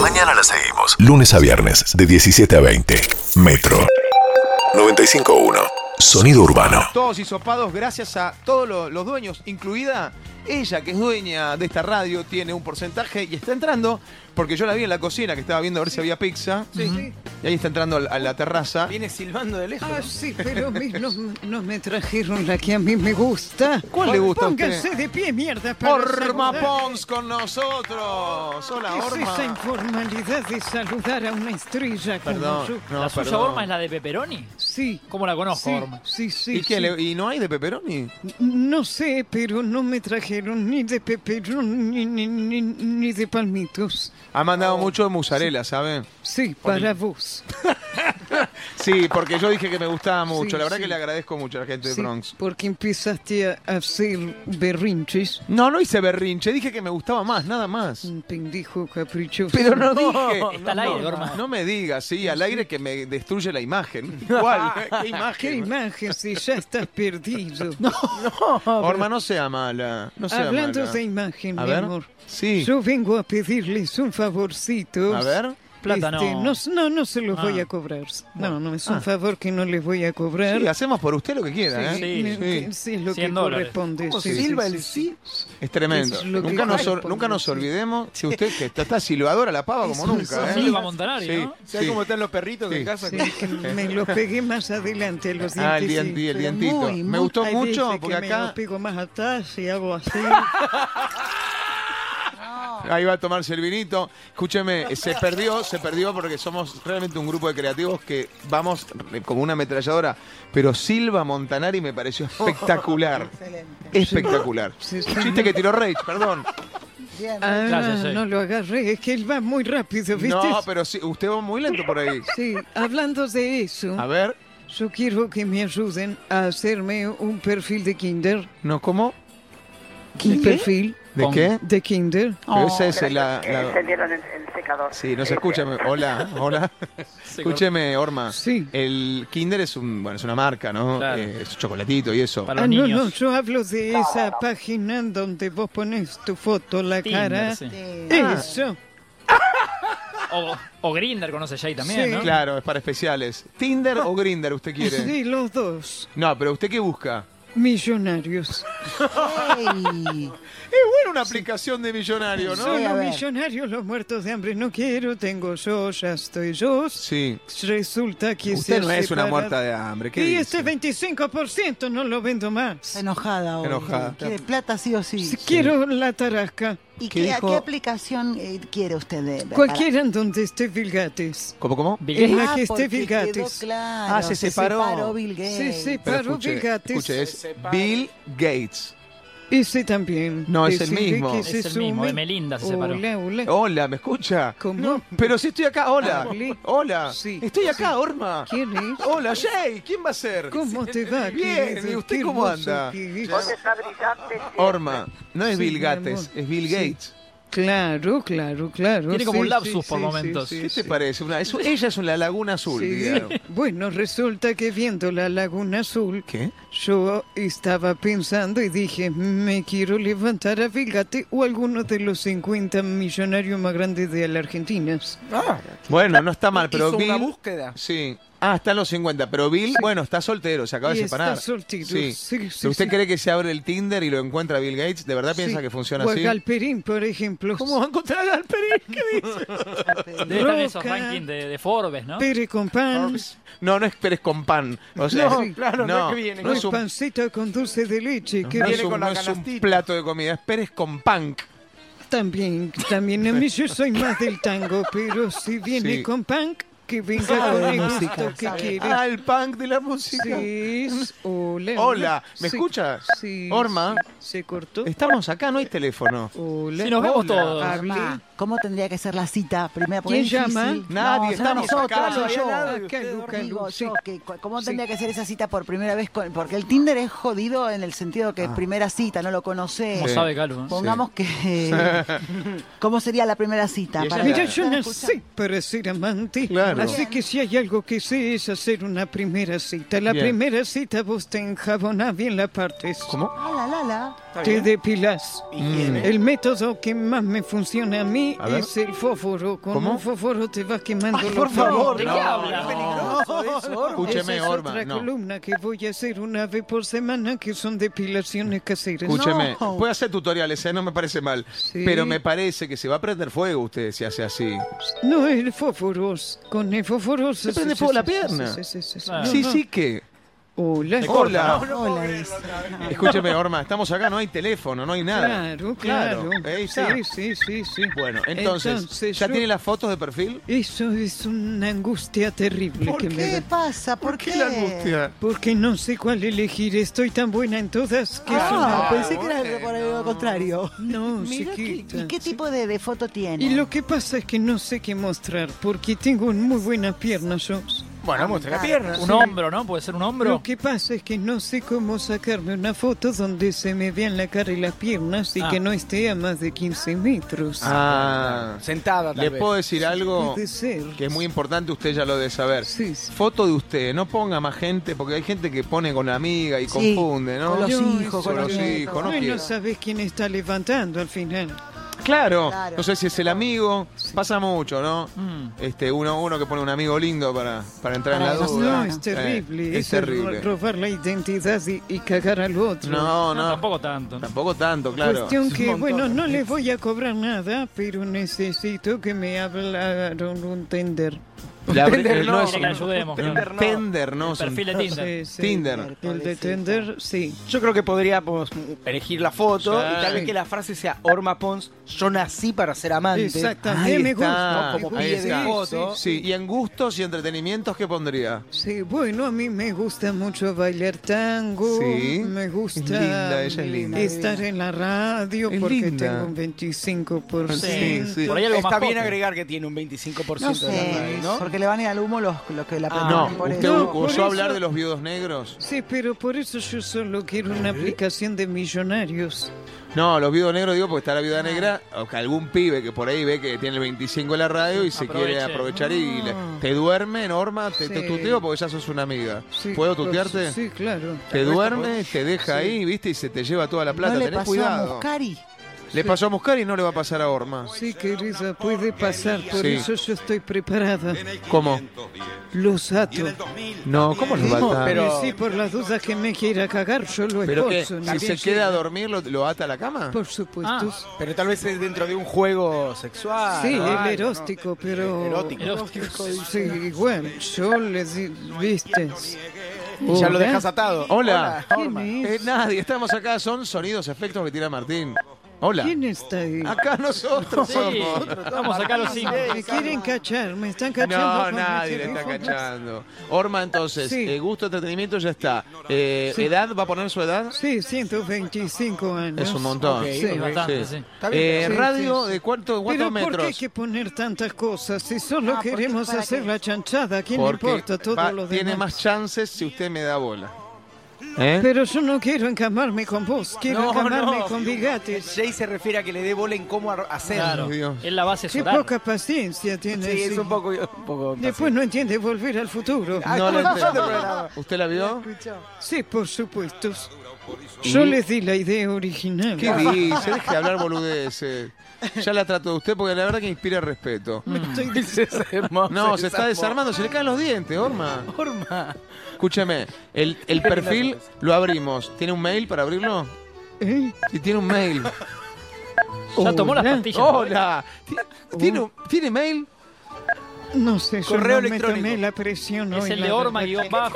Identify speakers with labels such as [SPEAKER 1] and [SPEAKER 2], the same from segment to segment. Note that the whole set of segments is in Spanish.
[SPEAKER 1] Mañana la seguimos. Lunes a viernes, de 17 a 20. Metro 95.1. Sonido urbano.
[SPEAKER 2] Todos hisopados gracias a todos lo- los dueños, incluida ella que es dueña de esta radio, tiene un porcentaje y está entrando, porque yo la vi en la cocina, que estaba viendo a ver si había pizza,
[SPEAKER 3] Sí, sí.
[SPEAKER 2] y ahí está entrando a la, a la terraza.
[SPEAKER 4] Viene silbando de lejos.
[SPEAKER 3] Ah, sí, pero a mí no, no me trajeron la que a mí me gusta.
[SPEAKER 2] ¿Cuál le gusta a usted?
[SPEAKER 3] Pónganse de pie, mierda, para
[SPEAKER 2] Orma
[SPEAKER 3] saludar.
[SPEAKER 2] Pons con nosotros. Hola,
[SPEAKER 3] ¿Qué es esa
[SPEAKER 2] Orma.
[SPEAKER 3] informalidad de saludar a una estrella como yo?
[SPEAKER 2] Perdón. No,
[SPEAKER 5] la suya
[SPEAKER 2] perdón.
[SPEAKER 5] Orma es la de Pepperoni.
[SPEAKER 3] Sí.
[SPEAKER 5] ¿Cómo la conozco,
[SPEAKER 3] sí,
[SPEAKER 5] Orma?
[SPEAKER 3] sí, sí,
[SPEAKER 2] ¿Y, qué,
[SPEAKER 3] sí.
[SPEAKER 2] le- ¿Y no hay de pepperoni?
[SPEAKER 3] No sé, pero no me trajeron ni de peperón ni, ni, ni, ni de palmitos.
[SPEAKER 2] Ha mandado mucho de mozzarella, ¿saben?
[SPEAKER 3] Sí, para vos.
[SPEAKER 2] Sí, porque yo dije que me gustaba mucho.
[SPEAKER 3] Sí,
[SPEAKER 2] la verdad
[SPEAKER 3] sí.
[SPEAKER 2] que le agradezco mucho a la gente
[SPEAKER 3] Sí,
[SPEAKER 2] de Bronx.
[SPEAKER 3] porque empezaste a hacer berrinches.
[SPEAKER 2] No, no hice berrinche, dije que me gustaba más, nada más.
[SPEAKER 3] Un pendejo caprichoso.
[SPEAKER 2] Pero no dije.
[SPEAKER 5] está al
[SPEAKER 2] no,
[SPEAKER 5] aire,
[SPEAKER 2] no,
[SPEAKER 5] Orma.
[SPEAKER 2] No me digas, sí, al aire que me destruye la imagen. ¿Cuál? Ah, ¿Qué imagen?
[SPEAKER 3] ¿Qué imagen si ya estás perdido?
[SPEAKER 2] Orma, no sea mala. No sea
[SPEAKER 3] Hablando
[SPEAKER 2] mala.
[SPEAKER 3] de imagen,
[SPEAKER 2] A
[SPEAKER 3] mi
[SPEAKER 2] ver.
[SPEAKER 3] amor.
[SPEAKER 2] Sí.
[SPEAKER 3] Yo vengo a pedirles un favorcito.
[SPEAKER 2] A ver.
[SPEAKER 5] Plátano.
[SPEAKER 3] Este, no, s- no, no se los voy a cobrar. No, no, es un favor que no les voy a cobrar.
[SPEAKER 2] Ah. Sí, hacemos por usted lo que quiera, ¿eh?
[SPEAKER 3] Sí,
[SPEAKER 5] Sí,
[SPEAKER 3] me- sí, es lo
[SPEAKER 5] 100
[SPEAKER 3] que
[SPEAKER 5] dólares.
[SPEAKER 3] corresponde.
[SPEAKER 2] ¿Cómo
[SPEAKER 3] sí,
[SPEAKER 2] silba
[SPEAKER 3] sí,
[SPEAKER 2] el
[SPEAKER 3] sí.
[SPEAKER 2] Es tremendo.
[SPEAKER 3] Es lo que
[SPEAKER 2] nunca, nos,
[SPEAKER 3] corresponde,
[SPEAKER 2] nunca nos
[SPEAKER 3] sí.
[SPEAKER 2] olvidemos. Si usted que está, está silbadora la pava como
[SPEAKER 3] Eso,
[SPEAKER 2] nunca,
[SPEAKER 3] eso,
[SPEAKER 2] ¿eh?
[SPEAKER 5] Silva Montanari,
[SPEAKER 2] Sí.
[SPEAKER 5] ¿no?
[SPEAKER 4] ¿Sabes cómo están los perritos que
[SPEAKER 2] Sí.
[SPEAKER 4] cazan?
[SPEAKER 3] Sí, que me lo pegué más adelante a los dientes.
[SPEAKER 2] Ah, el
[SPEAKER 3] sí,
[SPEAKER 2] dienti- el
[SPEAKER 3] pero
[SPEAKER 2] dientito. Me gustó
[SPEAKER 3] hay
[SPEAKER 2] mucho,
[SPEAKER 3] veces
[SPEAKER 2] porque
[SPEAKER 3] que
[SPEAKER 2] acá-
[SPEAKER 3] Me lo pego más atrás y hago así.
[SPEAKER 2] Ahí va a tomarse el vinito. Escúcheme, se perdió, se perdió porque somos realmente un grupo de creativos que vamos eh, como una ametralladora. Pero Silva Montanari me pareció espectacular. Espectacular.
[SPEAKER 3] Sí, sí.
[SPEAKER 2] Chiste que tiró Rage, perdón.
[SPEAKER 3] Ah,
[SPEAKER 5] Gracias, sí.
[SPEAKER 3] no lo agarré, es que él va muy rápido, ¿viste?
[SPEAKER 2] No, pero sí, usted va muy lento por ahí.
[SPEAKER 3] Sí, hablando de eso,
[SPEAKER 2] A ver,
[SPEAKER 3] yo quiero que me ayuden a hacerme un perfil de Kinder.
[SPEAKER 2] ¿no cómo?
[SPEAKER 3] ¿Un perfil
[SPEAKER 2] ¿De
[SPEAKER 5] Con-
[SPEAKER 2] qué?
[SPEAKER 3] de Kinder?
[SPEAKER 2] Pero esa es
[SPEAKER 6] Gracias,
[SPEAKER 2] la,
[SPEAKER 6] que
[SPEAKER 2] la-
[SPEAKER 6] encendieron el, el secador.
[SPEAKER 2] Sí, no se escucha. Hola, hola. Escúcheme, Orma.
[SPEAKER 3] Sí.
[SPEAKER 2] El Kinder es un, bueno, es una marca, ¿no?
[SPEAKER 5] Claro.
[SPEAKER 2] Eh, es chocolatito y eso.
[SPEAKER 5] Para
[SPEAKER 3] Ah,
[SPEAKER 5] los
[SPEAKER 3] no,
[SPEAKER 5] niños.
[SPEAKER 3] no, yo hablo de esa página en donde vos pones tu foto, la
[SPEAKER 5] Tinder,
[SPEAKER 3] cara.
[SPEAKER 5] sí.
[SPEAKER 2] Ah,
[SPEAKER 3] Eso.
[SPEAKER 5] O, o Grinder conoce Jay también,
[SPEAKER 3] Sí.
[SPEAKER 5] ¿no?
[SPEAKER 2] Claro, es para especiales. ¿Tinder o Grinder usted quiere?
[SPEAKER 3] Sí, los dos.
[SPEAKER 2] No, pero ¿usted qué busca?
[SPEAKER 3] Millonarios.
[SPEAKER 2] Es buena una aplicación de millonario, ¿no?
[SPEAKER 3] Son los millonarios, los muertos de hambre. No quiero, tengo yo, ya estoy yo.
[SPEAKER 2] Sí.
[SPEAKER 3] Resulta que se
[SPEAKER 2] Usted no es una
[SPEAKER 3] separa-
[SPEAKER 2] muerta de hambre. ¿Qué
[SPEAKER 3] Y
[SPEAKER 2] dice?
[SPEAKER 3] este 25% no lo vendo más.
[SPEAKER 7] enojada hoy.
[SPEAKER 2] Enojada.
[SPEAKER 7] Quiere plata sí o sí.
[SPEAKER 3] Si Quiero la tarasca.
[SPEAKER 7] ¿Y
[SPEAKER 2] ¿Qué
[SPEAKER 7] qué,
[SPEAKER 2] dijo?
[SPEAKER 7] qué aplicación eh, quiere usted? de- para-
[SPEAKER 3] Cualquiera en donde esté Vilgates.
[SPEAKER 2] ¿Cómo, cómo?
[SPEAKER 5] Bill
[SPEAKER 3] En
[SPEAKER 5] Gates.
[SPEAKER 3] la
[SPEAKER 7] Ah,
[SPEAKER 3] que
[SPEAKER 7] porque
[SPEAKER 3] esté
[SPEAKER 7] quedó
[SPEAKER 3] Vilgates.
[SPEAKER 7] claro,
[SPEAKER 2] Ah, se separó.
[SPEAKER 7] Bill Gates.
[SPEAKER 3] Se
[SPEAKER 2] Pero
[SPEAKER 3] separó
[SPEAKER 2] escuche,
[SPEAKER 3] Vilgates.
[SPEAKER 2] escuche, es Bill Gates.
[SPEAKER 3] Ese también.
[SPEAKER 2] No, es el
[SPEAKER 3] Decirle
[SPEAKER 2] mismo. Oh.
[SPEAKER 3] que
[SPEAKER 2] Es
[SPEAKER 3] se
[SPEAKER 5] el mismo, de
[SPEAKER 3] sume.
[SPEAKER 5] Melinda se separó.
[SPEAKER 3] Hola, hola.
[SPEAKER 2] Hola, ¿me escucha?
[SPEAKER 3] ¿Cómo?
[SPEAKER 2] Pero si estoy acá, hola.
[SPEAKER 3] Hablé.
[SPEAKER 2] Hola.
[SPEAKER 3] Sí.
[SPEAKER 2] Estoy acá, Orma.
[SPEAKER 3] ¿Quién es?
[SPEAKER 2] Hola, Jay, ¿quién va a ser?
[SPEAKER 3] ¿Cómo te va?
[SPEAKER 2] Bien,
[SPEAKER 3] querido?
[SPEAKER 2] ¿y usted
[SPEAKER 3] Qué
[SPEAKER 2] cómo
[SPEAKER 3] hermoso
[SPEAKER 2] anda?
[SPEAKER 3] que es.
[SPEAKER 6] Vos está brillante. sí.
[SPEAKER 2] Ah, Orma, no es
[SPEAKER 3] Sí,
[SPEAKER 2] Bill
[SPEAKER 3] mi
[SPEAKER 2] Gates,
[SPEAKER 3] amor.
[SPEAKER 2] es Bill
[SPEAKER 3] Sí.
[SPEAKER 2] Gates.
[SPEAKER 3] Claro, claro, claro.
[SPEAKER 5] Tiene como un lapsus por momentos.
[SPEAKER 2] ¿Qué te parece? Una- es- ella es una laguna azul,
[SPEAKER 3] Sí,
[SPEAKER 2] digamos.
[SPEAKER 3] Bueno, resulta que viendo la Laguna Azul,
[SPEAKER 2] ¿Qué?
[SPEAKER 3] yo estaba pensando y dije, me quiero levantar a Vilgate o alguno de los 50 millonarios más grandes de la Argentina.
[SPEAKER 2] Bueno, no está mal, pero
[SPEAKER 4] Hizo
[SPEAKER 2] Bill.
[SPEAKER 4] una búsqueda.
[SPEAKER 2] Sí. Ah, está en los 50, pero Bill, bueno, está soltero, se acaba de
[SPEAKER 3] Y está
[SPEAKER 2] separar.
[SPEAKER 3] soltero,
[SPEAKER 2] Sí.
[SPEAKER 3] sí, sí,
[SPEAKER 2] Pero ¿Usted
[SPEAKER 3] sí.
[SPEAKER 2] cree que se abre el Tinder y lo encuentra Bill Gates? ¿De verdad piensa que funciona
[SPEAKER 3] o
[SPEAKER 2] así?
[SPEAKER 3] a Galperín, por ejemplo.
[SPEAKER 2] va a encontrar al Perín? ¿Qué dice?
[SPEAKER 5] Debe estar en esos
[SPEAKER 3] Roca.
[SPEAKER 5] rankings de, de Forbes, ¿no?
[SPEAKER 3] Pere con pan,
[SPEAKER 2] No, no es Pérez con pan. O sea,
[SPEAKER 4] No, claro, no es que viene
[SPEAKER 2] no
[SPEAKER 3] no
[SPEAKER 2] es un,
[SPEAKER 3] panceta con dulce de leche. que
[SPEAKER 2] no
[SPEAKER 4] Viene
[SPEAKER 2] es un-
[SPEAKER 4] con la
[SPEAKER 2] no es un
[SPEAKER 4] canastita.
[SPEAKER 2] plato de comida, es Pérez con punk.
[SPEAKER 3] También, también a mí yo soy más del tango, pero si viene
[SPEAKER 2] Sí.
[SPEAKER 3] con punk, que venga con el gusto que quiere.
[SPEAKER 2] Ah, el punk de la música.
[SPEAKER 3] Sí, s- hola.
[SPEAKER 2] Hola, ¿me
[SPEAKER 3] Sí,
[SPEAKER 2] escuchas?
[SPEAKER 3] Sí.
[SPEAKER 2] Orma.
[SPEAKER 3] sí, Se cortó.
[SPEAKER 2] Estamos acá, no hay teléfono.
[SPEAKER 3] Hola.
[SPEAKER 5] Sí, nos vemos
[SPEAKER 3] hola,
[SPEAKER 5] todos.
[SPEAKER 3] hablé.
[SPEAKER 7] Ah, ¿Cómo tendría que ser la cita? Primero, porque
[SPEAKER 3] ¿Quién
[SPEAKER 7] es difícil.
[SPEAKER 3] llama?
[SPEAKER 2] Nadie,
[SPEAKER 7] no, somos
[SPEAKER 2] estamos acá, no
[SPEAKER 7] nosotros, yo.
[SPEAKER 3] Acá, Luca,
[SPEAKER 7] Digo
[SPEAKER 3] Lu, sí.
[SPEAKER 7] yo que cu- ¿Cómo
[SPEAKER 3] Sí.
[SPEAKER 7] tendría que ser esa cita por primera vez? con- porque el Tinder es jodido en el sentido que primera cita, no lo
[SPEAKER 5] Como
[SPEAKER 7] conoces.
[SPEAKER 2] Ah. Sí.
[SPEAKER 5] sabe Calvo. ¿no?
[SPEAKER 7] Pongamos que. ¿Cóómo sería la primera cita?
[SPEAKER 2] Y ella
[SPEAKER 7] Para-
[SPEAKER 2] la-
[SPEAKER 3] Mira, yo
[SPEAKER 7] ¿Están
[SPEAKER 3] nací para ser amante.
[SPEAKER 2] Claro. seguro.
[SPEAKER 3] Así que si hay algo que sé es hacer una primera cita. La
[SPEAKER 2] Bien.
[SPEAKER 3] primera cita vos te enjabonás bien la parte.
[SPEAKER 2] ¿Cómo?
[SPEAKER 7] Ah, La, la, la, la.
[SPEAKER 4] Está
[SPEAKER 3] Te
[SPEAKER 4] bien.
[SPEAKER 3] depilás.
[SPEAKER 4] Higiene.
[SPEAKER 3] El método que más me funciona a mí
[SPEAKER 2] A ver.
[SPEAKER 3] es el fósforo. Con
[SPEAKER 2] ¿Cómo?
[SPEAKER 3] un fósforo te vas quemando los
[SPEAKER 4] Por favor,
[SPEAKER 5] ¿de
[SPEAKER 4] no.
[SPEAKER 5] qué habla?
[SPEAKER 4] Es peligroso eso, Orban.
[SPEAKER 2] Mm. Escúcheme,
[SPEAKER 3] Esa es otra
[SPEAKER 2] Orban. No.
[SPEAKER 3] columna que voy a hacer una vez por semana que son depilaciones caseras.
[SPEAKER 2] Escúcheme,
[SPEAKER 7] No.
[SPEAKER 2] puede hacer tutoriales, ¿eh? no me parece mal.
[SPEAKER 3] Sí.
[SPEAKER 2] Pero me parece que se va a prender fuego usted si hace así.
[SPEAKER 3] No, el fósforos. Con el fósforos.
[SPEAKER 2] Se
[SPEAKER 3] sí,
[SPEAKER 2] prende
[SPEAKER 3] sí,
[SPEAKER 2] fuego
[SPEAKER 3] sí,
[SPEAKER 2] la
[SPEAKER 3] sí,
[SPEAKER 2] pierna.
[SPEAKER 3] Sí, sí, sí, sí.
[SPEAKER 5] Ah.
[SPEAKER 3] No,
[SPEAKER 2] sí,
[SPEAKER 3] no.
[SPEAKER 2] sí que.
[SPEAKER 3] Hola.
[SPEAKER 2] Hola.
[SPEAKER 7] Hola, dice.
[SPEAKER 2] Escúcheme, Orma, estamos acá, no hay teléfono, no hay nada.
[SPEAKER 3] Claro, claro.
[SPEAKER 2] Ahí está.
[SPEAKER 3] Sí, sí, sí, sí.
[SPEAKER 2] Bueno, entonces, ¿ya
[SPEAKER 3] yo-
[SPEAKER 2] tiene las fotos de perfil?
[SPEAKER 3] Eso es una angustia terrible
[SPEAKER 7] ¿Por
[SPEAKER 3] que me
[SPEAKER 7] qué
[SPEAKER 3] da.
[SPEAKER 7] pasa? ¿Por, qué?
[SPEAKER 3] Porque no sé cuál elegir. Estoy tan buena en todas que es
[SPEAKER 7] Ah,
[SPEAKER 3] una-
[SPEAKER 7] pensé que era por el- lo contrario.
[SPEAKER 3] No,
[SPEAKER 7] Mira qué-
[SPEAKER 3] chiquita.
[SPEAKER 7] ¿Y qué tipo de, de foto tiene?
[SPEAKER 3] Y lo que pasa es que no sé qué mostrar, porque tengo muy buenas piernas yo.
[SPEAKER 4] Bueno, muestra la pierna.
[SPEAKER 5] Un hombro, ¿no? Puede ser un hombro.
[SPEAKER 3] Lo que pasa es que no sé cómo sacarme una foto donde se me vean la cara y las piernas y
[SPEAKER 5] Ah.
[SPEAKER 3] que no esté a más de 15 metros.
[SPEAKER 2] Ah,
[SPEAKER 4] Sentada, tal
[SPEAKER 2] le
[SPEAKER 4] vez.
[SPEAKER 2] puedo decir algo
[SPEAKER 3] Puede ser.
[SPEAKER 2] que es muy importante, usted ya lo debe saber.
[SPEAKER 3] Sí, sí.
[SPEAKER 2] Foto de usted, no ponga más gente, porque hay gente que pone con la amiga y
[SPEAKER 7] Sí,
[SPEAKER 2] confunde, ¿no?
[SPEAKER 7] con los
[SPEAKER 3] Yo
[SPEAKER 7] hijos,
[SPEAKER 2] con
[SPEAKER 7] con
[SPEAKER 2] los
[SPEAKER 7] los nietos.
[SPEAKER 2] hijos, no
[SPEAKER 3] Bueno,
[SPEAKER 2] quiero.
[SPEAKER 3] sabes quién está levantando al final.
[SPEAKER 2] Claro.
[SPEAKER 7] Claro.
[SPEAKER 2] no sé si es el amigo, pasa mucho, ¿no?
[SPEAKER 5] Mm.
[SPEAKER 2] Este, uno, uno que pone un amigo lindo para, para entrar en
[SPEAKER 7] Para
[SPEAKER 2] la
[SPEAKER 7] los-
[SPEAKER 2] duda.
[SPEAKER 3] No, es terrible.
[SPEAKER 2] Eh, es
[SPEAKER 3] Eso
[SPEAKER 2] terrible.
[SPEAKER 3] ro- robar la identidad y, y cagar al otro.
[SPEAKER 2] No,
[SPEAKER 5] No,
[SPEAKER 2] no,
[SPEAKER 5] tampoco tanto. ¿no?
[SPEAKER 2] tampoco tanto, claro.
[SPEAKER 3] Cuestión
[SPEAKER 4] Es un
[SPEAKER 3] que,
[SPEAKER 4] montón.
[SPEAKER 3] bueno, no les voy a cobrar nada, pero necesito que me hablaron un tender.
[SPEAKER 2] La abri-
[SPEAKER 4] Tinder
[SPEAKER 2] eh,
[SPEAKER 4] no.
[SPEAKER 2] es
[SPEAKER 5] Que
[SPEAKER 2] un-
[SPEAKER 5] le ayudemos.
[SPEAKER 4] Tinder
[SPEAKER 5] ¿no?
[SPEAKER 4] no.
[SPEAKER 2] Tender, no.
[SPEAKER 5] El
[SPEAKER 2] es un-
[SPEAKER 5] perfil de Tinder.
[SPEAKER 3] Eh, Sí, sí.
[SPEAKER 2] Tinder.
[SPEAKER 3] El de Tender, sí.
[SPEAKER 4] Yo creo que podríamos elegir la foto
[SPEAKER 2] Sí.
[SPEAKER 4] y tal vez que la frase sea Orma Pons, yo nací para ser amante.
[SPEAKER 3] Exactamente.
[SPEAKER 2] Ahí
[SPEAKER 3] me
[SPEAKER 2] está,
[SPEAKER 3] gusta.
[SPEAKER 4] como
[SPEAKER 3] me
[SPEAKER 2] ahí
[SPEAKER 4] pie de
[SPEAKER 3] gusta.
[SPEAKER 2] está.
[SPEAKER 4] foto.
[SPEAKER 2] Sí, y en gustos y entretenimientos, ¿qué pondría?
[SPEAKER 3] Sí, bueno, a mí me gusta mucho bailar tango,
[SPEAKER 2] Sí.
[SPEAKER 3] me gusta
[SPEAKER 2] Es linda, ella es linda.
[SPEAKER 3] estar en la radio
[SPEAKER 2] Es
[SPEAKER 3] porque
[SPEAKER 2] linda.
[SPEAKER 3] tengo un 25%.
[SPEAKER 5] Sí,
[SPEAKER 2] sí.
[SPEAKER 5] Por ahí algo
[SPEAKER 4] Está
[SPEAKER 5] más
[SPEAKER 4] bien
[SPEAKER 5] pote.
[SPEAKER 4] agregar que tiene un 25%
[SPEAKER 7] No
[SPEAKER 4] de la radio,
[SPEAKER 7] sé,
[SPEAKER 4] ¿no?
[SPEAKER 7] porque le van a ir al humo los, los que la
[SPEAKER 4] Ah,
[SPEAKER 2] no,
[SPEAKER 7] preguntan por
[SPEAKER 2] usted
[SPEAKER 7] eso.
[SPEAKER 3] No, por
[SPEAKER 2] usó
[SPEAKER 3] eso-
[SPEAKER 2] hablar de los viudos negros.
[SPEAKER 3] Sí, pero por eso yo solo quiero una aplicación de millonarios.
[SPEAKER 2] No, los viudos negros digo porque está la viuda negra, o que algún pibe que por ahí ve que tiene el 25 en la radio y se
[SPEAKER 5] Aproveche.
[SPEAKER 2] quiere aprovechar y le- te duerme, Norma, te, te
[SPEAKER 3] Sí.
[SPEAKER 2] tuteo porque ya sos una amiga.
[SPEAKER 3] Sí,
[SPEAKER 2] ¿Puedo
[SPEAKER 3] por-
[SPEAKER 2] tutearte?
[SPEAKER 3] Sí, claro.
[SPEAKER 2] Te duerme, te deja ahí, viste, y se te lleva toda la plata.
[SPEAKER 7] no le
[SPEAKER 2] Tenés
[SPEAKER 7] pasó
[SPEAKER 2] cuidado.
[SPEAKER 7] a Muscari.
[SPEAKER 2] Le pasó a buscar y no le va a pasar a Orma.
[SPEAKER 3] Sí, querida, puede pasar, por
[SPEAKER 2] Sí.
[SPEAKER 3] eso yo estoy preparada.
[SPEAKER 2] ¿Cómo?
[SPEAKER 3] Los ato.
[SPEAKER 2] No, ¿cómo le va a
[SPEAKER 4] Digo,
[SPEAKER 2] atar?
[SPEAKER 4] pero-
[SPEAKER 3] Pero sí, por las dudas que me quiera cagar, yo lo
[SPEAKER 2] Pero que
[SPEAKER 3] esposo.
[SPEAKER 2] si se queda a dormir, ¿lo, lo ata a la cama?
[SPEAKER 3] Por supuesto.
[SPEAKER 4] Pero tal vez es dentro de un juego sexual.
[SPEAKER 3] Sí,
[SPEAKER 4] o algo,
[SPEAKER 3] el
[SPEAKER 4] Ah, ¿no?
[SPEAKER 3] eróstico, pero.
[SPEAKER 4] Erótico.
[SPEAKER 5] Erótico.
[SPEAKER 3] Sí, igual, yo le di. ¿Viste?
[SPEAKER 4] Y ya lo
[SPEAKER 3] Hola.
[SPEAKER 4] dejas atado.
[SPEAKER 2] Hola.
[SPEAKER 3] ¿Quién
[SPEAKER 2] Eh,
[SPEAKER 3] es?
[SPEAKER 2] nadie, estamos acá, son sonidos, efectos que tira Martín. Hola.
[SPEAKER 3] ¿Quién está ahí?
[SPEAKER 2] Acá nosotros
[SPEAKER 5] Sí,
[SPEAKER 2] somos.
[SPEAKER 5] vamos a sacar los cinco.
[SPEAKER 3] Ah, Me quieren cachar, me están cachando.
[SPEAKER 2] No,
[SPEAKER 3] con mis
[SPEAKER 2] nadie le está
[SPEAKER 3] teléfonos.
[SPEAKER 2] cachando. Orma, entonces,
[SPEAKER 3] Sí.
[SPEAKER 2] eh, gusto, entretenimiento, ya está. Eh,
[SPEAKER 3] Sí.
[SPEAKER 2] ¿Edad? ¿Va a poner su edad?
[SPEAKER 3] Sí, 125 años.
[SPEAKER 2] Es un montón.
[SPEAKER 4] Ok,
[SPEAKER 2] Sí,
[SPEAKER 5] es bastante, sí.
[SPEAKER 4] Está bien,
[SPEAKER 2] Eh,
[SPEAKER 3] pero-
[SPEAKER 2] ¿Radio
[SPEAKER 3] Sí, sí,
[SPEAKER 2] de
[SPEAKER 3] sí.
[SPEAKER 2] cuánto,
[SPEAKER 3] Pero
[SPEAKER 2] cuántos
[SPEAKER 3] ¿por qué hay
[SPEAKER 2] metros?
[SPEAKER 3] que poner tantas cosas? Si solo
[SPEAKER 7] Ah, porque-
[SPEAKER 3] queremos
[SPEAKER 7] ¿para
[SPEAKER 3] hacer
[SPEAKER 7] qué?
[SPEAKER 3] la chanchada, ¿a quién le
[SPEAKER 2] Porque
[SPEAKER 3] importa todo
[SPEAKER 2] va-
[SPEAKER 3] lo demás?
[SPEAKER 2] tiene más chances si usted me da bola. ¿Eh?
[SPEAKER 3] Pero yo no quiero encamarme con vos, quiero
[SPEAKER 4] No,
[SPEAKER 3] encamarme
[SPEAKER 4] no.
[SPEAKER 3] con bigates.
[SPEAKER 4] Jay se refiere a que le dé bola en cómo ar- hacerlo.
[SPEAKER 5] Claro.
[SPEAKER 2] Dios.
[SPEAKER 5] Es la base
[SPEAKER 3] Qué
[SPEAKER 5] solar.
[SPEAKER 3] poca paciencia tiene.
[SPEAKER 4] Sí, es
[SPEAKER 3] sí.
[SPEAKER 4] un poco. Un poco
[SPEAKER 3] Después no entiende volver al futuro.
[SPEAKER 4] Ah,
[SPEAKER 2] No lo
[SPEAKER 4] ¿cómo
[SPEAKER 2] entiendo.
[SPEAKER 4] escuchó el programa?
[SPEAKER 2] ¿Usted la vio?
[SPEAKER 3] Sí, por supuesto. Yo les di la idea original.
[SPEAKER 2] ¿Qué dice? Deje de hablar boludeces. Ya la trato de usted porque la verdad que inspira respeto.
[SPEAKER 3] Me estoy
[SPEAKER 4] pasivo. Se desarmó,
[SPEAKER 2] No, se está
[SPEAKER 4] desarmó.
[SPEAKER 2] desarmando, se le caen los dientes, Orma.
[SPEAKER 4] Forma.
[SPEAKER 2] Escúcheme, el, el perfil lo abrimos. ¿Tiene un mail para abrirlo?
[SPEAKER 3] ¿Eh?
[SPEAKER 2] Sí, tiene un mail.
[SPEAKER 5] Ya tomó las
[SPEAKER 3] Hola.
[SPEAKER 5] pastillas.
[SPEAKER 2] ¡Hola! Ti- ¿Tiene, un- ¿Tiene mail?
[SPEAKER 3] No sé,
[SPEAKER 4] Correo
[SPEAKER 3] yo no me
[SPEAKER 4] electrónico.
[SPEAKER 3] tomé la presión
[SPEAKER 5] Es
[SPEAKER 3] hoy,
[SPEAKER 5] el
[SPEAKER 3] la
[SPEAKER 5] de Orma
[SPEAKER 3] verdad.
[SPEAKER 5] guión bajo.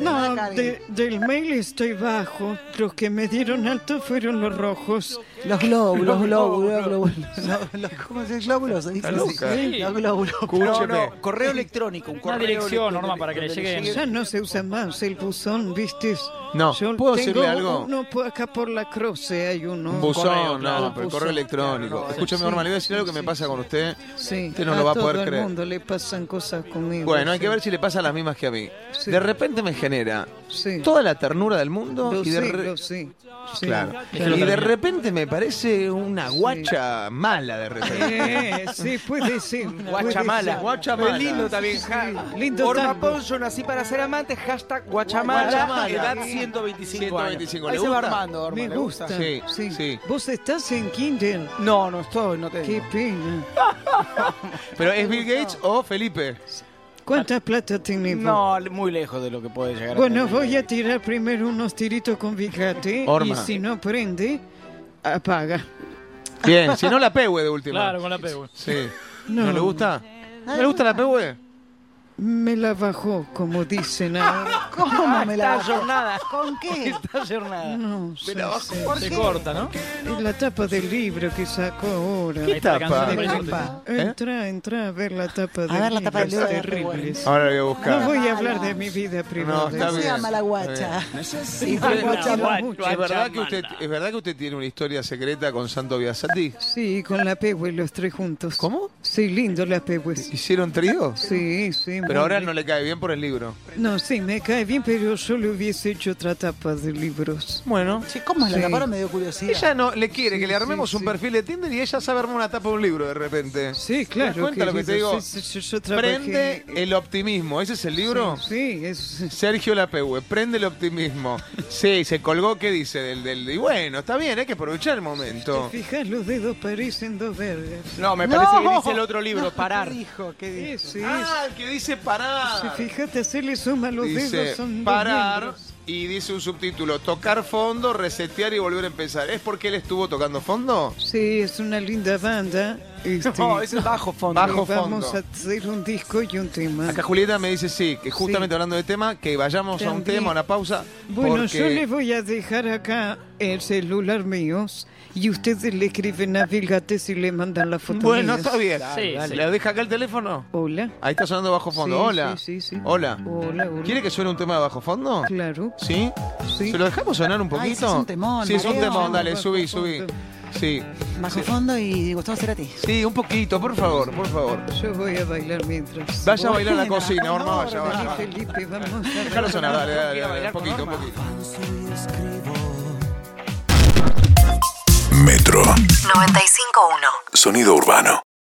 [SPEAKER 3] No, de- del mail estoy bajo. Los que me dieron alto fueron los rojos.
[SPEAKER 7] Los glóbulos, los glóbulos, glóbulos. Los- los- ¿Cómo se dice glóbulos? Se dice
[SPEAKER 2] Está
[SPEAKER 7] así.
[SPEAKER 2] loca.
[SPEAKER 5] Sí.
[SPEAKER 7] Los glóbulos.
[SPEAKER 4] No,
[SPEAKER 2] Escúcheme.
[SPEAKER 4] no, correo electrónico. Un
[SPEAKER 5] Una
[SPEAKER 4] correo
[SPEAKER 5] dirección,
[SPEAKER 4] electrónico
[SPEAKER 5] Norma, para que le
[SPEAKER 4] donde
[SPEAKER 5] lleguen.
[SPEAKER 3] Ya no se usa más el buzón, ¿viste?
[SPEAKER 2] No,
[SPEAKER 3] Yo
[SPEAKER 2] ¿puedo
[SPEAKER 3] tengo
[SPEAKER 2] decirle algo?
[SPEAKER 3] Uno por acá por la croce hay uno.
[SPEAKER 2] Un buzón,
[SPEAKER 5] correo, claro.
[SPEAKER 2] no, pero el correo
[SPEAKER 3] Buzón.
[SPEAKER 2] electrónico.
[SPEAKER 3] Claro,
[SPEAKER 2] Escúcheme,
[SPEAKER 3] sí,
[SPEAKER 2] Orma, le voy a decir
[SPEAKER 3] sí,
[SPEAKER 2] algo que me
[SPEAKER 3] sí,
[SPEAKER 2] pasa con usted.
[SPEAKER 3] Sí,
[SPEAKER 2] Usted no lo va a poder
[SPEAKER 3] todo
[SPEAKER 2] creer.
[SPEAKER 3] el mundo le pasan cosas conmigo.
[SPEAKER 2] Bueno, hay
[SPEAKER 3] sí.
[SPEAKER 2] que ver si le pasa las mismas que a mí.
[SPEAKER 3] Sí.
[SPEAKER 2] de repente me genera
[SPEAKER 3] Sí.
[SPEAKER 2] toda la ternura del mundo
[SPEAKER 3] Lo
[SPEAKER 2] y de
[SPEAKER 3] sé,
[SPEAKER 2] re-
[SPEAKER 3] lo sé. Sí.
[SPEAKER 2] Claro.
[SPEAKER 5] Es que lo
[SPEAKER 2] Y de
[SPEAKER 5] termina.
[SPEAKER 2] repente me parece una guacha mala de repente.
[SPEAKER 3] Eh, sí, puede ser.
[SPEAKER 4] Guachamala.
[SPEAKER 2] Guachamala.
[SPEAKER 4] Es lindo también. ja-
[SPEAKER 3] Lindo
[SPEAKER 4] Orma
[SPEAKER 3] tango.
[SPEAKER 4] Ponson, así para ser amante, hashtag Guachamala,
[SPEAKER 2] Guachamala.
[SPEAKER 4] edad 125,
[SPEAKER 2] 125,
[SPEAKER 4] años.
[SPEAKER 2] ¿le
[SPEAKER 4] Ahí se va
[SPEAKER 2] gusta?
[SPEAKER 4] armando, Orma,
[SPEAKER 3] Me
[SPEAKER 4] ¿le
[SPEAKER 3] gusta.
[SPEAKER 2] Sí,
[SPEAKER 3] Sí.
[SPEAKER 2] sí.
[SPEAKER 3] ¿Vos estás en kinder?
[SPEAKER 4] No, no estoy, no
[SPEAKER 3] Qué
[SPEAKER 4] tengo.
[SPEAKER 3] pena.
[SPEAKER 2] Pero ¿es Bill Gates o Felipe?
[SPEAKER 3] ¿Cuánta plata tenemos?
[SPEAKER 4] No, muy lejos de lo que puede llegar. a
[SPEAKER 3] Bueno,
[SPEAKER 4] tener.
[SPEAKER 3] voy a tirar primero unos tiritos con Vicate y
[SPEAKER 2] Orma.
[SPEAKER 3] si no prende, apaga.
[SPEAKER 2] Bien, si no la pegue de última.
[SPEAKER 5] Claro, con la pego.
[SPEAKER 2] Sí.
[SPEAKER 3] No.
[SPEAKER 2] No. le gusta? ¿No le gusta la pegue?
[SPEAKER 3] Me la bajó, como dicen ahora.
[SPEAKER 7] ¿Cómo me la
[SPEAKER 4] Está
[SPEAKER 7] bajo?
[SPEAKER 4] jornada.
[SPEAKER 7] ¿Con qué?
[SPEAKER 4] Está jornada.
[SPEAKER 3] No, sí, sí.
[SPEAKER 7] ¿Por
[SPEAKER 5] Se
[SPEAKER 7] qué?
[SPEAKER 5] corta, ¿no?
[SPEAKER 3] Es la tapa del libro que sacó ahora.
[SPEAKER 5] Ahí está la
[SPEAKER 2] tapa?
[SPEAKER 5] canción de
[SPEAKER 3] ¿Qué
[SPEAKER 5] Horizonte.
[SPEAKER 7] tapa?
[SPEAKER 3] Entra, entra a ver la tapa del
[SPEAKER 7] ver la tapa del
[SPEAKER 3] libro.
[SPEAKER 7] libro,
[SPEAKER 3] Es
[SPEAKER 7] qué bueno.
[SPEAKER 3] terrible.
[SPEAKER 2] Ahora la voy a
[SPEAKER 3] No
[SPEAKER 2] buscar.
[SPEAKER 3] voy a hablar de mi vida privada.
[SPEAKER 2] está
[SPEAKER 7] No sea
[SPEAKER 2] bien.
[SPEAKER 7] malaguacha.
[SPEAKER 3] Sí,
[SPEAKER 7] Ah,
[SPEAKER 3] pero
[SPEAKER 5] guacha-
[SPEAKER 3] lo
[SPEAKER 5] guacha-
[SPEAKER 3] mucho.
[SPEAKER 2] ¿Es verdad, que usted, ¿Es verdad que usted tiene una historia secreta con Santo Biasati?
[SPEAKER 3] Sí, con la Pehue los tres juntos.
[SPEAKER 2] ¿Cómo?
[SPEAKER 3] Sí, lindo la Pehue.
[SPEAKER 2] ¿Hicieron trío?
[SPEAKER 3] Sí, sí. muy
[SPEAKER 2] Pero ahora
[SPEAKER 3] lindo.
[SPEAKER 2] no le cae bien por el libro.
[SPEAKER 3] No, sí, me cae bien, pero yo le hubiese hecho otra tapa de libros.
[SPEAKER 2] Bueno.
[SPEAKER 7] Che, ¿cómo es la
[SPEAKER 3] Sí.
[SPEAKER 7] tapa? Ahora me dio curiosidad.
[SPEAKER 2] Ella no le quiere
[SPEAKER 3] Sí,
[SPEAKER 2] que le armemos
[SPEAKER 3] sí,
[SPEAKER 2] un
[SPEAKER 3] sí.
[SPEAKER 2] perfil de Tinder y ella sabe armar una tapa de un libro de repente.
[SPEAKER 3] Sí,
[SPEAKER 2] das
[SPEAKER 3] claro.
[SPEAKER 2] cuenta lo que te
[SPEAKER 3] querido,
[SPEAKER 2] digo?
[SPEAKER 3] sí, sí, yo, yo trabajé-
[SPEAKER 2] Prende el optimismo. ¿Ese es el libro?
[SPEAKER 3] Sí, es...
[SPEAKER 2] Sergio Lapegue, prende el optimismo. Sí, se colgó, ¿qué dice? Del, del, y bueno, está bien, hay que aprovechar el momento.
[SPEAKER 3] Fijás, los dedos parecen dos vergas.
[SPEAKER 4] No, me
[SPEAKER 7] No.
[SPEAKER 4] parece que dice el otro libro, parar.
[SPEAKER 7] ¿Qué dijo? ¿Qué dijo?
[SPEAKER 3] Sí, sí.
[SPEAKER 2] Ah, el que dice
[SPEAKER 3] Si
[SPEAKER 2] parar.
[SPEAKER 3] fijaste, hacerle suma a los dedos
[SPEAKER 2] Dice
[SPEAKER 3] son dos
[SPEAKER 2] parar
[SPEAKER 3] miembros.
[SPEAKER 2] y dice un subtítulo, tocar fondo, resetear y volver a empezar. ¿Es porque él estuvo tocando fondo?
[SPEAKER 3] Sí, es una linda banda. Este,
[SPEAKER 4] No, es el bajo fondo.
[SPEAKER 2] Bajo.
[SPEAKER 3] y vamos
[SPEAKER 2] fondo.
[SPEAKER 3] a hacer un disco y un tema.
[SPEAKER 2] Acá Julieta me dice sí, que justamente
[SPEAKER 3] Sí.
[SPEAKER 2] hablando de tema, que vayamos a un
[SPEAKER 3] También.
[SPEAKER 2] tema, a una pausa.
[SPEAKER 3] Bueno,
[SPEAKER 2] porque...
[SPEAKER 3] yo les voy a dejar acá el celular mío y ustedes le escriben a Vilgate si le mandan la foto.
[SPEAKER 2] Bueno,
[SPEAKER 3] mía.
[SPEAKER 2] está bien.
[SPEAKER 5] Sí,
[SPEAKER 2] ¿Le
[SPEAKER 5] sí.
[SPEAKER 2] deja acá el teléfono?
[SPEAKER 3] Hola.
[SPEAKER 2] Ahí está sonando bajo fondo.
[SPEAKER 3] Sí,
[SPEAKER 2] hola.
[SPEAKER 3] sí, sí, sí.
[SPEAKER 2] Hola.
[SPEAKER 3] Hola, hola.
[SPEAKER 2] ¿Quiere que suene un tema de bajo fondo?
[SPEAKER 3] Claro.
[SPEAKER 2] ¿Sí?
[SPEAKER 3] Sí.
[SPEAKER 2] ¿Se lo dejamos sonar un poquito?
[SPEAKER 7] Ay, ese es un temón,
[SPEAKER 2] Sí, es un
[SPEAKER 7] Mateo.
[SPEAKER 2] temón, dale,
[SPEAKER 3] Bajo
[SPEAKER 2] subí,
[SPEAKER 3] fondo.
[SPEAKER 2] subí. Sí.
[SPEAKER 7] Bajo
[SPEAKER 2] Sí.
[SPEAKER 7] fondo y Gustavo Cerati.
[SPEAKER 2] Sí, un poquito, por favor, por favor.
[SPEAKER 3] Yo voy a bailar mientras.
[SPEAKER 2] Vaya a bailar a la
[SPEAKER 7] Buena,
[SPEAKER 2] cocina, Orma, vaya,
[SPEAKER 7] Orma.
[SPEAKER 2] vaya.
[SPEAKER 3] Felipe, vamos a
[SPEAKER 2] Déjalo sonar, dale, dale,
[SPEAKER 4] Quiero
[SPEAKER 2] dale, un
[SPEAKER 4] bailar con
[SPEAKER 2] poquito, un
[SPEAKER 4] Orma.
[SPEAKER 2] poquito.
[SPEAKER 1] Metro.
[SPEAKER 6] 95.1.
[SPEAKER 1] Sonido urbano.